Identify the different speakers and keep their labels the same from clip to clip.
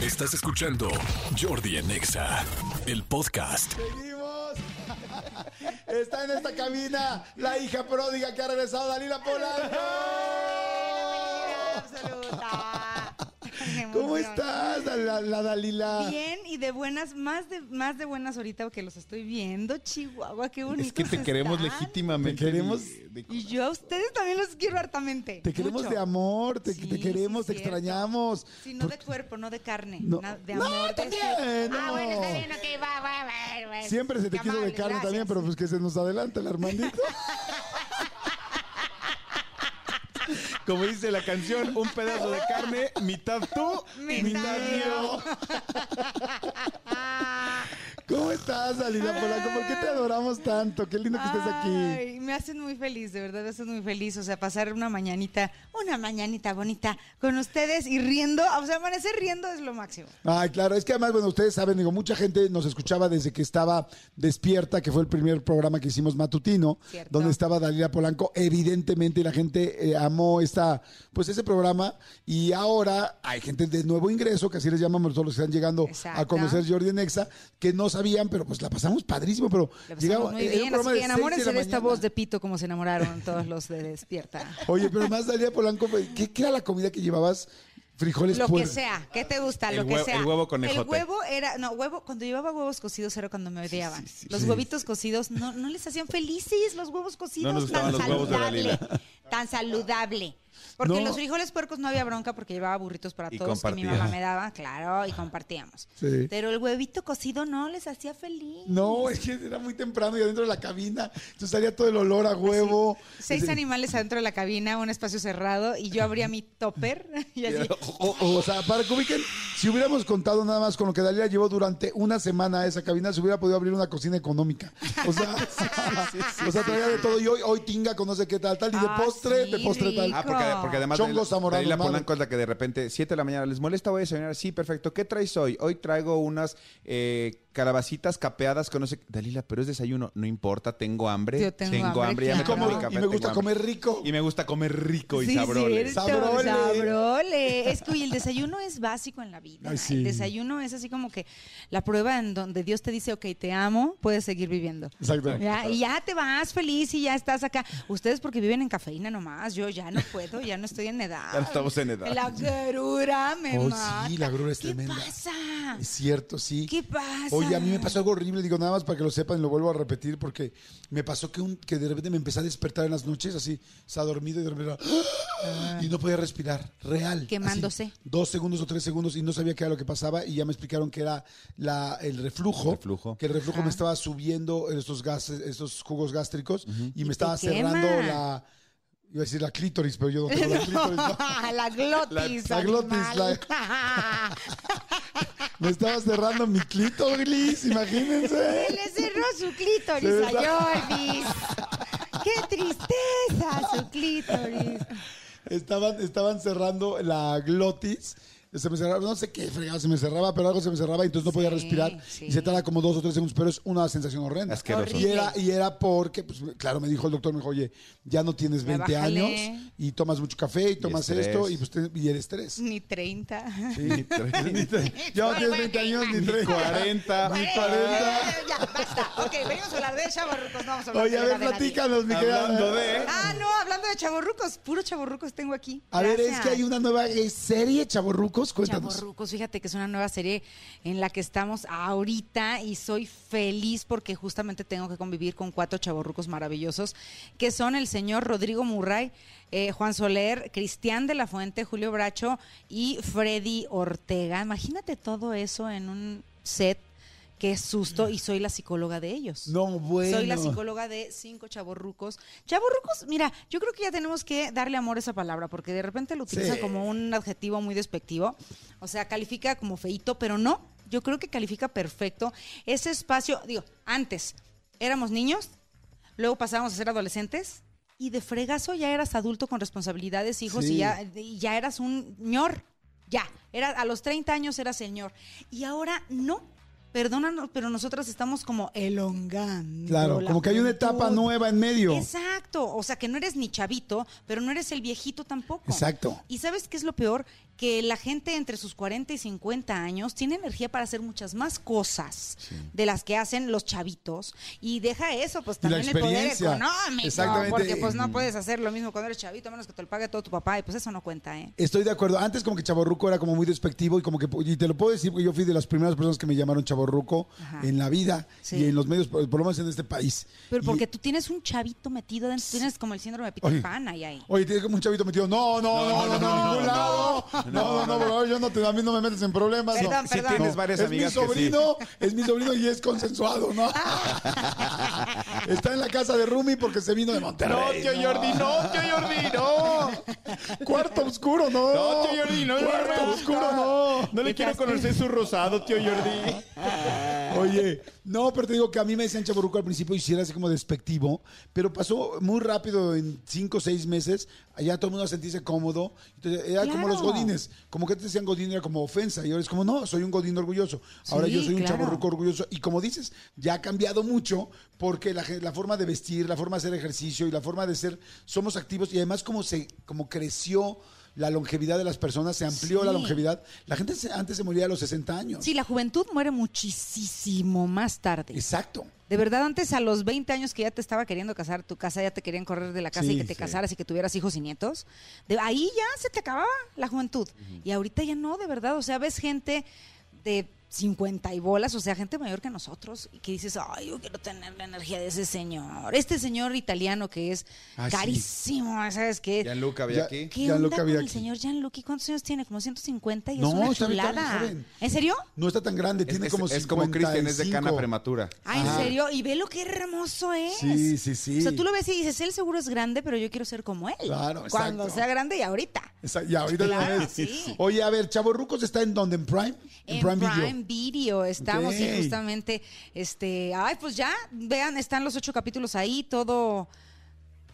Speaker 1: Estás escuchando Jordi en Exa, el podcast.
Speaker 2: Seguimos. Está en esta cabina la hija pródiga que ha regresado, Dalila Polanco.
Speaker 3: absoluta.
Speaker 2: ¿Cómo estás, la, la- la Dalila?
Speaker 3: Bien y de buenas, más de más de buenas ahorita que los estoy viendo, Chihuahua, qué bonito.
Speaker 4: Es que te queremos legítimamente.
Speaker 2: Te queremos-
Speaker 4: y- de-
Speaker 3: Y yo a ustedes también los quiero hartamente.
Speaker 2: Te queremos
Speaker 3: mucho.
Speaker 2: de amor, te,
Speaker 3: Sí,
Speaker 2: te queremos,
Speaker 3: sí,
Speaker 2: te
Speaker 3: cierto.
Speaker 2: extrañamos.
Speaker 3: Sí, no
Speaker 2: Por-
Speaker 3: de cuerpo, no de carne,
Speaker 2: No.
Speaker 3: na- de
Speaker 2: No,
Speaker 3: amor. de
Speaker 2: también,
Speaker 3: ser.
Speaker 2: no.
Speaker 3: Ah, bueno, está bien, ok, va, va, va. va.
Speaker 2: Siempre se te
Speaker 3: Qué
Speaker 2: quiso de
Speaker 3: amable,
Speaker 2: carne
Speaker 3: gracias.
Speaker 2: también, pero pues que se nos adelanta el Armandito.
Speaker 4: Como dice la canción, un pedazo de carne, mitad tú,
Speaker 3: Mitad yo. Ah,
Speaker 2: ¿Cómo estás, Dalila Polanco? ¿Por qué te adoramos tanto? Qué lindo que estés aquí.
Speaker 3: Ay, me hacen muy feliz, de verdad, me hacen muy feliz. O sea, pasar una mañanita, una mañanita bonita con ustedes y riendo. O sea, amanecer riendo es lo máximo.
Speaker 2: Ay, claro, es que además, bueno, ustedes saben, digo, mucha gente nos escuchaba desde que estaba despierta, que fue el primer programa que hicimos matutino,
Speaker 3: Cierto.
Speaker 2: donde estaba Dalila Polanco. Evidentemente, la gente eh, amó esta, pues ese programa. Y ahora hay gente de nuevo ingreso, que así les llamamos todos los que están llegando a
Speaker 3: Exacto.
Speaker 2: conocer Jordi en Exa, que no sabían, pero pues la pasamos padrísimo. Pero
Speaker 3: Lo pasamos
Speaker 2: llegaba-
Speaker 3: muy
Speaker 2: eh, era un
Speaker 3: bien, así
Speaker 2: programa de
Speaker 3: que
Speaker 2: seis de la
Speaker 3: enamórense de, esta
Speaker 2: mañana.
Speaker 3: voz de pito como se enamoraron todos los de Despierta.
Speaker 2: Oye, pero más Dalila Polanco, ¿qué, qué era la comida que llevabas? Frijoles
Speaker 3: Lo que
Speaker 2: puercos.
Speaker 3: sea, ¿qué te gusta?
Speaker 4: El
Speaker 3: Lo que
Speaker 4: huevo-
Speaker 3: sea.
Speaker 4: el huevo con
Speaker 3: El
Speaker 4: ejote.
Speaker 3: huevo era, no, huevo, cuando llevaba huevos cocidos era cuando me odiaban. los huevitos cocidos no, no les hacían felices los huevos cocidos.
Speaker 4: No nos
Speaker 3: tan
Speaker 4: gustaban los huevos de
Speaker 3: saludable.
Speaker 4: Dalila.
Speaker 3: Tan saludable. Porque
Speaker 2: No.
Speaker 3: los frijoles puercos no había bronca porque llevaba burritos para
Speaker 4: Y
Speaker 3: todos que mi
Speaker 4: compartías.
Speaker 3: mamá me daba, claro, y compartíamos.
Speaker 2: Sí.
Speaker 3: Pero el huevito cocido no les hacía feliz.
Speaker 2: No, es que era muy temprano y adentro de la cabina. Entonces salía todo el olor a huevo.
Speaker 3: Seis
Speaker 2: Ese-
Speaker 3: animales adentro de la cabina, un espacio cerrado, y yo abría mi topper y así.
Speaker 2: O, o- o sea, para que ubiquen, si hubiéramos contado nada más con lo que Dalila llevó durante una semana a esa cabina, se hubiera podido abrir una cocina económica. O sea, o sea traía de todo. Y hoy, hoy tinga con no sé qué tal, tal. Y de
Speaker 3: Ah,
Speaker 2: postre,
Speaker 3: sí,
Speaker 2: de postre tal.
Speaker 4: Ah, porque, porque además
Speaker 2: Chongo
Speaker 4: Dalila-
Speaker 2: Zamorano,
Speaker 4: Dalila
Speaker 2: madre.
Speaker 4: Polanco es la que de repente, 7 de la mañana, ¿les molesta? Voy a desayunar. Sí, perfecto. ¿Qué traes hoy? Hoy traigo unas eh, calabacitas capeadas con no sé... Dalila, pero es desayuno. No importa, tengo hambre.
Speaker 3: Yo tengo hambre,
Speaker 4: ya
Speaker 2: Y,
Speaker 4: me
Speaker 3: claro.
Speaker 2: como-
Speaker 4: tomé mi
Speaker 2: y
Speaker 4: café,
Speaker 2: me gusta
Speaker 4: tengo hambre.
Speaker 2: comer rico.
Speaker 4: Y me gusta comer rico y
Speaker 3: Sí,
Speaker 4: sabrole.
Speaker 3: cierto,
Speaker 2: Sabrole.
Speaker 3: sabrole. Es que oye, el desayuno es básico en la vida.
Speaker 2: Ay, sí.
Speaker 3: El desayuno es así como que la prueba en donde Dios te dice, ok, te amo, puedes seguir viviendo.
Speaker 2: Exacto.
Speaker 3: Ya, y ya te vas feliz y ya estás acá. Ustedes porque viven en cafeína nomás, yo ya no puedo, ya no estoy en edad.
Speaker 4: Ya no estamos en edad.
Speaker 3: La grura me
Speaker 2: Oh,
Speaker 3: mata.
Speaker 2: sí, la grura es
Speaker 3: ¿Qué
Speaker 2: tremenda.
Speaker 3: pasa?
Speaker 2: Es cierto, sí.
Speaker 3: Ah. ¿Qué pasa?
Speaker 2: Oye, a mí me pasó algo horrible, digo nada más para que lo sepan, lo vuelvo a repetir, porque me pasó que, un, que de repente me empecé a despertar en las noches, así, estaba dormido y de repente era- y no podía respirar, real.
Speaker 3: Ah. Quemándose.
Speaker 2: así, dos segundos o tres segundos y no sabía qué era lo que pasaba y ya me explicaron que era la, el reflujo,
Speaker 4: Reflujo.
Speaker 2: que el reflujo
Speaker 3: Ajá.
Speaker 2: me estaba subiendo estos gases, estos jugos gástricos y me
Speaker 3: te
Speaker 2: estaba
Speaker 3: quema.
Speaker 2: cerrando la, iba a decir la clítoris, pero yo no tengo la clítoris. ¿no?
Speaker 3: la glotis.
Speaker 2: La- la glotis,
Speaker 3: animal.
Speaker 2: Me estaba cerrando mi clítoris, imagínense.
Speaker 3: Se le cerró su clítoris
Speaker 2: Se le
Speaker 3: a Jorvis. ¡Qué tristeza su clítoris!
Speaker 2: Estaban, estaban cerrando la glotis. Se me cerraba, no sé qué fregado se me cerraba, pero algo se me cerraba y entonces no podía
Speaker 3: Sí,
Speaker 2: respirar.
Speaker 3: sí.
Speaker 2: Y se tarda como dos o tres segundos, pero es una sensación horrenda.
Speaker 4: Asqueroso.
Speaker 2: Y era, y era porque, pues claro, me dijo el doctor, me dijo, oye, ya no tienes
Speaker 3: Ya
Speaker 2: 20
Speaker 3: bájale.
Speaker 2: años y tomas mucho café y tomas
Speaker 4: estrés.
Speaker 2: esto y, pues, te- y el estrés.
Speaker 3: Ni 30.
Speaker 4: Sí, tres-
Speaker 2: Ya no tienes 20 años ni 3.
Speaker 4: 40.
Speaker 2: Ni 40.
Speaker 3: Ya, basta. Ok, venimos a hablar de chavorrucos. No vamos a hablar
Speaker 2: Oye,
Speaker 3: de
Speaker 2: a ver,
Speaker 3: la de nadie.
Speaker 2: platícanos, mi querida.
Speaker 4: Hablando de-
Speaker 3: Ah, no, hablando de chavorrucos. Puro chavorrucos tengo aquí.
Speaker 2: A ver, es
Speaker 3: Gracias.
Speaker 2: que hay una nueva eh, serie, Chavorrucos, cuéntanos.
Speaker 3: Chavorrucos, fíjate que es una nueva serie en la que estamos ahorita y soy feliz porque justamente tengo que convivir con cuatro chavorrucos maravillosos que son el señor Rodrigo Murray, eh, Juan Soler, Cristian de la Fuente, Julio Bracho y Freddy Ortega. Imagínate todo eso en un set. Qué susto, y soy la psicóloga de ellos.
Speaker 2: No, bueno.
Speaker 3: Soy la psicóloga de cinco chavorrucos. Chavorrucos, mira, yo creo que ya tenemos que darle amor a esa palabra, porque de repente lo utilizan
Speaker 2: Sí.
Speaker 3: como un adjetivo muy despectivo. O sea, califica como feito, pero no. Yo creo que califica perfecto ese espacio. Digo, antes éramos niños, luego pasábamos a ser adolescentes. Y de fregazo ya eras adulto con responsabilidades, hijos,
Speaker 2: Sí.
Speaker 3: y ya, y ya eras un ñor. Ya, era, a los 30 años eras señor. Y ahora no. perdónanos, pero nosotras estamos como elongando.
Speaker 2: Claro,
Speaker 3: la
Speaker 2: como que hay una etapa
Speaker 3: juventud.
Speaker 2: nueva en medio.
Speaker 3: Exacto, o sea que no eres ni chavito, pero no eres el viejito tampoco.
Speaker 2: Exacto.
Speaker 3: Y sabes qué es lo peor? Que la gente entre sus 40 y 50 años tiene energía para hacer muchas más cosas de las que hacen los chavitos. Y deja eso, pues
Speaker 2: Y la
Speaker 3: también el poder
Speaker 2: experiencia.
Speaker 3: económico.
Speaker 2: Exactamente. Mm.
Speaker 3: Porque pues no puedes hacer lo mismo cuando eres chavito, a menos que te lo pague todo tu papá, y pues eso no cuenta, ¿eh?
Speaker 2: Estoy de acuerdo. Antes como que chaborruco era como muy despectivo y como que y te lo puedo decir porque yo fui de las primeras personas que me llamaron chaborruco
Speaker 3: Ajá.
Speaker 2: en la vida
Speaker 3: Sí.
Speaker 2: y en los medios, por por lo menos en este país.
Speaker 3: Pero
Speaker 2: Y-
Speaker 3: porque tú tienes un chavito metido dentro, tienes como el síndrome de Peter
Speaker 2: Oye.
Speaker 3: Pan ahí ahí.
Speaker 2: Oye, tienes como un chavito metido. No, no, no, no, no,
Speaker 4: no,
Speaker 2: ningún
Speaker 4: no,
Speaker 2: lado. No, no, no, por favor, yo no te, a mí no me metes en problemas. no.
Speaker 3: Perdón,
Speaker 4: Sí
Speaker 3: perdón.
Speaker 4: tienes
Speaker 2: No,
Speaker 4: varias
Speaker 2: es
Speaker 4: amigas
Speaker 2: mi
Speaker 4: que sí.
Speaker 2: sobrino, es mi sobrino y es consensuado, ¿no? Está en la casa de Rumi porque se vino de
Speaker 4: No,
Speaker 2: Monterrey.
Speaker 4: tío Jordi, no, tío Jordi, no.
Speaker 2: Cuarto oscuro, no.
Speaker 4: No, tío Jordi, no.
Speaker 2: Cuarto
Speaker 4: no, no,
Speaker 2: oscuro,
Speaker 4: no.
Speaker 2: no.
Speaker 4: No le quiero conocer su rosado, tío Jordi.
Speaker 2: Oye, no, pero te digo que a mí me decían chaburruco al principio y sí era así como despectivo, pero pasó muy rápido, en cinco o seis meses, allá todo el mundo a sentirse cómodo. Entonces, era como
Speaker 3: Claro.
Speaker 2: los godines, como que te decían godín era como ofensa, y ahora es como, no, soy un godín orgulloso. Ahora
Speaker 3: Sí,
Speaker 2: yo soy un
Speaker 3: claro.
Speaker 2: chaburruco orgulloso. Y como dices, ya ha cambiado mucho porque la, gen- la forma de vestir, la forma de hacer ejercicio y la forma de ser, somos activos y además como, se, como creció. La longevidad de las personas se amplió la
Speaker 3: Sí.
Speaker 2: longevidad. La gente se- antes se moría a los 60 años.
Speaker 3: Sí, la juventud muere muchísimo más tarde.
Speaker 2: Exacto.
Speaker 3: De verdad, antes a los 20 años que ya te estaba queriendo casar tu casa, ya te querían correr de la casa y
Speaker 2: Sí,
Speaker 3: que te
Speaker 2: sí.
Speaker 3: casaras y que tuvieras hijos y nietos, de ahí ya se te acababa la juventud. Y ahorita ya no, de verdad. O sea, ves gente de 50 y bolas, o sea, gente mayor que nosotros, y que dices, ay, yo quiero tener la energía de ese señor. Este señor italiano que es
Speaker 2: Ah, sí.
Speaker 3: carísimo, ¿sabes qué?
Speaker 4: Gianluca,
Speaker 2: Ya-
Speaker 4: aquí.
Speaker 3: ¿Qué
Speaker 2: Gianluca
Speaker 3: onda con el
Speaker 2: Bianchi.
Speaker 3: señor Gianluca? ¿Cuántos años tiene? ¿Como 150? Y es
Speaker 2: No,
Speaker 3: una
Speaker 2: está bien, está bien
Speaker 3: chulada.
Speaker 2: joven.
Speaker 3: ¿En serio?
Speaker 2: No está tan grande, tiene como 55.
Speaker 4: es como Cristian, es de cana prematura.
Speaker 3: Ah, ¿en
Speaker 2: Ajá.
Speaker 3: serio? Y ve lo que hermoso ¿eh? es.
Speaker 2: Sí, sí, sí.
Speaker 3: O sea, tú lo ves y dices, él seguro es grande, pero yo quiero ser como él.
Speaker 2: Claro,
Speaker 3: Cuando
Speaker 2: exacto.
Speaker 3: sea grande y ahorita.
Speaker 2: Esa- y ahorita ya
Speaker 3: Claro,
Speaker 2: ves.
Speaker 3: sí.
Speaker 2: Oye, a ver, Chavo Rucos está en donde? ¿En Prime?
Speaker 3: En Prime, Video estamos
Speaker 2: Ok.
Speaker 3: y justamente, este, ay, pues ya, vean, están los ocho capítulos ahí, todo,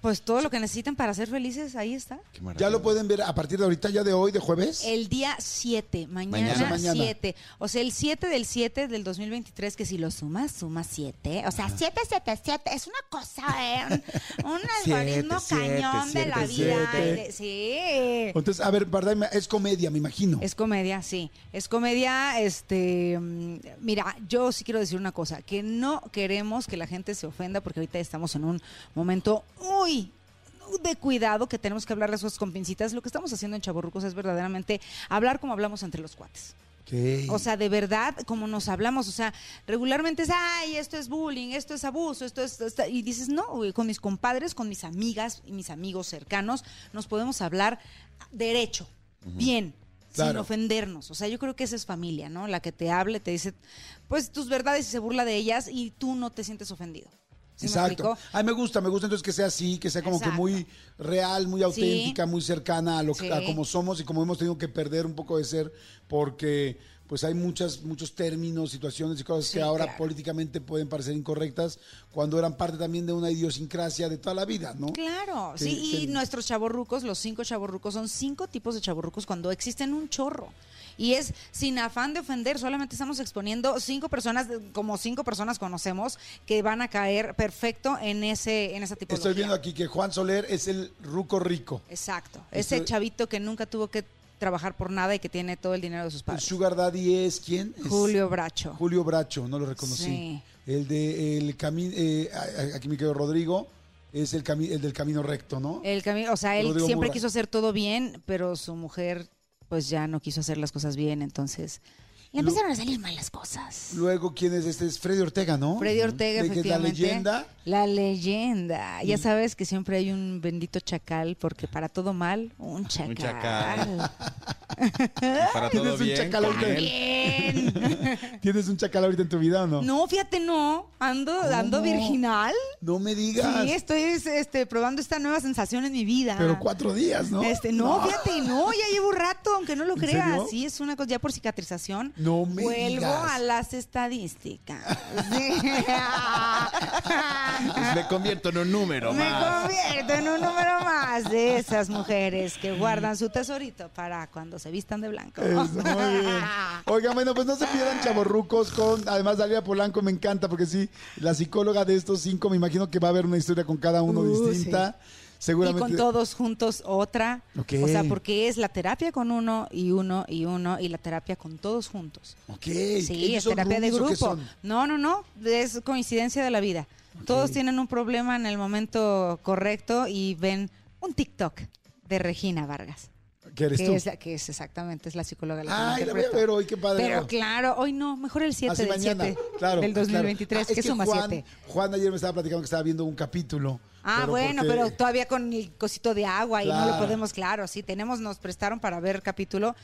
Speaker 3: pues todo lo que necesitan para ser felices, ahí está.
Speaker 2: Ya lo pueden ver a partir de ahorita, ya de hoy, de jueves.
Speaker 3: El día 7,
Speaker 4: Mañana. O sea,
Speaker 3: mañana
Speaker 2: mañana.
Speaker 3: 7. O sea, el 7 del 7 del 2023, que si lo sumas, suma 7. O sea, 7, 7, 7. Es una cosa, ¿eh? Un, un
Speaker 4: Siete,
Speaker 3: algoritmo
Speaker 4: siete,
Speaker 3: cañón de la
Speaker 4: siete,
Speaker 3: vida.
Speaker 4: siete.
Speaker 3: Y de- sí.
Speaker 2: Entonces, a ver, ¿verdad? Es comedia, me imagino.
Speaker 3: Es comedia, sí. Es comedia, este, mm, mira, yo sí quiero decir una cosa, que no queremos que la gente se ofenda porque ahorita estamos en un momento muy de cuidado que tenemos que hablar las cosas con pincitas. Lo que estamos haciendo en Chaborrucos es verdaderamente hablar como hablamos entre los cuates.
Speaker 2: Ok.
Speaker 3: O sea, de verdad, como nos hablamos, o sea, regularmente es, ay, esto es bullying, esto es abuso, esto es... esto- y dices, no, güey, con mis compadres, con mis amigas y mis amigos cercanos, nos podemos hablar derecho, bien. Sin
Speaker 2: Claro.
Speaker 3: ofendernos. O sea, yo creo que esa es familia, ¿no? La que te hable, te dice, pues tus verdades y se burla de ellas y tú no te sientes ofendido. ¿Sí me
Speaker 2: Exacto.
Speaker 3: explico?
Speaker 2: Ay, me gusta, me gusta entonces que sea así, que sea como que
Speaker 3: Exacto.
Speaker 2: muy real, muy auténtica, muy cercana a lo que- a
Speaker 3: Sí.
Speaker 2: como somos y como hemos tenido que perder un poco de ser, porque pues hay muchas, muchos términos, situaciones y cosas
Speaker 3: Sí,
Speaker 2: que ahora
Speaker 3: claro.
Speaker 2: políticamente pueden parecer incorrectas, cuando eran parte también de una idiosincrasia de toda la vida, ¿no?
Speaker 3: Claro,
Speaker 2: Que-
Speaker 3: sí,
Speaker 2: que-
Speaker 3: y nuestros chaborrucos, los cinco chaborrucos, son cinco tipos de chaborrucos cuando existen un chorro. Y es sin afán de ofender, solamente estamos exponiendo cinco personas, como cinco personas conocemos, que van a caer perfecto en ese, en esa tipo
Speaker 2: Estoy viendo aquí que Juan Soler es el ruco rico.
Speaker 3: Exacto.
Speaker 2: Estoy-
Speaker 3: Ese chavito que nunca tuvo que trabajar por nada y que tiene todo el dinero de sus
Speaker 2: El
Speaker 3: padres.
Speaker 2: Sugar Daddy es quién? Es
Speaker 3: Julio Bracho.
Speaker 2: Julio Bracho, no lo reconocí.
Speaker 3: Sí.
Speaker 2: El de el camino, aquí me quedo Rodrigo, es el, cami- el del camino recto, ¿no?
Speaker 3: El camino, o sea, él
Speaker 2: Rodrigo
Speaker 3: siempre
Speaker 2: Murray.
Speaker 3: quiso hacer todo bien, pero su mujer pues ya no quiso hacer las cosas bien, entonces le
Speaker 2: Lu-
Speaker 3: empezaron a salir mal las cosas.
Speaker 2: Luego, ¿quién es este? Es Freddy Ortega, ¿no?
Speaker 3: Freddy Ortega,
Speaker 2: De que es la
Speaker 3: efectivamente.
Speaker 2: leyenda. Mm.
Speaker 3: La leyenda. Ya sabes que siempre hay un bendito chacal, porque para todo mal, un chacal.
Speaker 4: chacal. Para todo
Speaker 2: Tienes un
Speaker 4: bien.
Speaker 2: chacal
Speaker 4: con
Speaker 2: ahorita.
Speaker 4: él.
Speaker 3: Bien.
Speaker 2: ¿Tienes un chacal ahorita en tu vida o no?
Speaker 3: No, fíjate, no. Ando, ando
Speaker 2: ¿Cómo?
Speaker 3: virginal.
Speaker 2: No me digas.
Speaker 3: Sí, estoy es- este, probando esta nueva sensación en mi vida.
Speaker 2: Pero cuatro días, ¿no?
Speaker 3: Este, no, fíjate, no, ya llevo rato, aunque no lo
Speaker 2: ¿En
Speaker 3: creas.
Speaker 2: serio?
Speaker 3: Sí, es una cosa, ya por cicatrización.
Speaker 2: No me
Speaker 3: Vuelvo
Speaker 2: digas.
Speaker 3: a las estadísticas. Sí.
Speaker 4: Me convierto en un número
Speaker 3: Me
Speaker 4: más.
Speaker 3: convierto en un número más de esas mujeres que guardan su tesorito para cuando se vistan de blanco.
Speaker 2: Eso, muy bien. Oigan, bueno, pues no se pierdan chavorrucos con, además Dalia Polanco me encanta porque sí, la psicóloga de estos cinco, me imagino que va a haber una historia con cada uno
Speaker 3: Uh,
Speaker 2: distinta.
Speaker 3: Y
Speaker 2: Seguramente.
Speaker 3: con todos juntos otra.
Speaker 2: Ok.
Speaker 3: O sea, porque es la terapia con uno y uno y uno y la terapia con todos juntos.
Speaker 2: Ok.
Speaker 3: Sí,
Speaker 2: ¿Ellos
Speaker 3: es
Speaker 2: son
Speaker 3: terapia de
Speaker 2: roomies o qué
Speaker 3: grupo.
Speaker 2: son?
Speaker 3: No, no, no, es coincidencia de la vida. Todos tienen un problema en el momento correcto y ven un TikTok de Regina Vargas,
Speaker 2: ¿Qué eres tú?
Speaker 3: que es, la- que es exactamente es la psicóloga. La que lo
Speaker 2: Ay, la voy a
Speaker 3: interpreta.
Speaker 2: ver hoy, qué padre.
Speaker 3: Pero
Speaker 2: ¿no?
Speaker 3: claro, hoy no, mejor el 7
Speaker 2: Así
Speaker 3: del
Speaker 2: mañana,
Speaker 3: 7
Speaker 2: claro,
Speaker 3: del
Speaker 2: claro.
Speaker 3: 2023,
Speaker 2: Ah,
Speaker 3: que, suma
Speaker 2: Juan,
Speaker 3: 7.
Speaker 2: Juan ayer me estaba platicando que estaba viendo un capítulo.
Speaker 3: Ah, bueno,
Speaker 2: porque-
Speaker 3: pero todavía con el cosito de agua y no
Speaker 2: Claro.
Speaker 3: lo podemos, claro, sí, tenemos, nos prestaron para ver capítulo,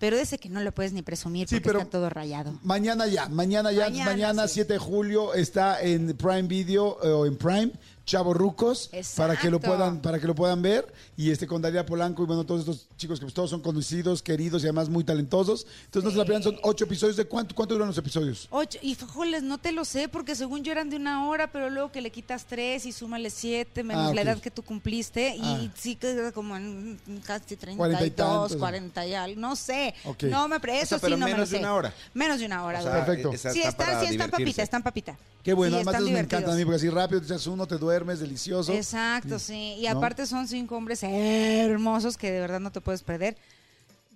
Speaker 3: pero ese que no lo puedes ni presumir
Speaker 2: Sí,
Speaker 3: porque
Speaker 2: pero-
Speaker 3: está todo rayado.
Speaker 2: Mañana ya, mañana ya, mañana,
Speaker 3: Mañana, sí.
Speaker 2: 7 de julio está en Prime Video eh, o en Prime Chavo Rucos para que lo
Speaker 3: Exacto.
Speaker 2: puedan para que lo puedan ver y este con Dalia Polanco y bueno todos estos chicos que pues, todos son conocidos, queridos y además muy talentosos. Entonces no se la pierdan, son ocho episodios de cuánto cuánto duran los episodios.
Speaker 3: Ocho, y frijoles, no te lo sé, porque según yo eran de una hora, pero luego que le quitas tres y súmale siete, menos
Speaker 2: Ah, ok.
Speaker 3: la edad que tú cumpliste,
Speaker 2: Ah.
Speaker 3: y sí que era como en mm, casi
Speaker 2: Cuarenta y
Speaker 3: 32,
Speaker 2: tantos.
Speaker 3: 40 y algo, no sé.
Speaker 2: Ok.
Speaker 3: No me pre-
Speaker 4: sea,
Speaker 3: eso
Speaker 4: pero
Speaker 3: sí no me lo
Speaker 4: menos de
Speaker 3: sé.
Speaker 4: una hora.
Speaker 3: Menos de una hora.
Speaker 4: O sea,
Speaker 3: dura.
Speaker 2: perfecto.
Speaker 4: esa
Speaker 3: sí,
Speaker 4: para
Speaker 3: están, sí, están papita,
Speaker 4: divertirse.
Speaker 3: están papita.
Speaker 2: Qué bueno,
Speaker 3: Sí,
Speaker 2: además
Speaker 3: están
Speaker 2: esos me encantan a mí
Speaker 3: divertidos.
Speaker 2: porque así rápido te echas uno, te duermes, delicioso.
Speaker 3: Exacto, sí. Y
Speaker 2: ¿No?
Speaker 3: aparte son cinco hombres hermosos que de verdad no te puedes perder.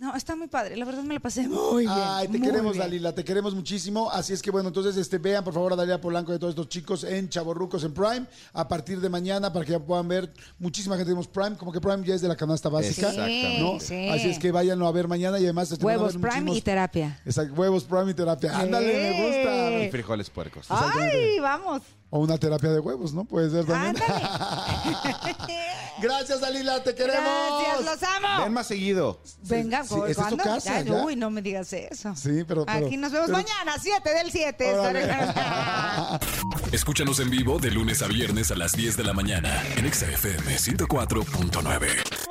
Speaker 3: No, está muy padre. La verdad me lo pasé muy bien.
Speaker 2: Ay, te
Speaker 3: muy
Speaker 2: queremos,
Speaker 3: bien.
Speaker 2: Dalila, te queremos muchísimo. Así es que bueno, entonces este, vean por favor a Dalila Polanco y a todos estos chicos en Chaborrucos en Prime a partir de mañana para que ya puedan ver. Muchísima gente tenemos Prime, como que Prime ya es de la canasta básica.
Speaker 4: Exactamente.
Speaker 2: ¿no?
Speaker 3: sí.
Speaker 2: Así es que váyanlo a ver mañana y además este, van a
Speaker 3: Huevos
Speaker 2: ver
Speaker 3: Prime y
Speaker 2: muchísimos-
Speaker 3: terapia.
Speaker 2: Exacto, huevos Prime y terapia. Ándale, me
Speaker 4: Y
Speaker 2: gusta.
Speaker 4: frijoles puercos.
Speaker 3: Ah. ¡Ay, vamos!
Speaker 2: O una terapia de huevos, ¿no? Puede ser también.
Speaker 3: ¡Ándale!
Speaker 2: Gracias, Dalila, te queremos.
Speaker 3: ¡Gracias, los amo!
Speaker 4: Ven más seguido.
Speaker 3: Venga,
Speaker 2: Sí, esta es tu
Speaker 3: ¿cuándo?
Speaker 2: casa,
Speaker 3: Ay,
Speaker 2: ya.
Speaker 3: Uy, no me digas eso.
Speaker 2: Sí, pero- pero-
Speaker 3: Aquí nos vemos
Speaker 2: pero-
Speaker 3: mañana, 7 del 7.
Speaker 2: Órale.
Speaker 1: Escúchanos en vivo de lunes a viernes a las 10 de la mañana en Exa FM 104.9.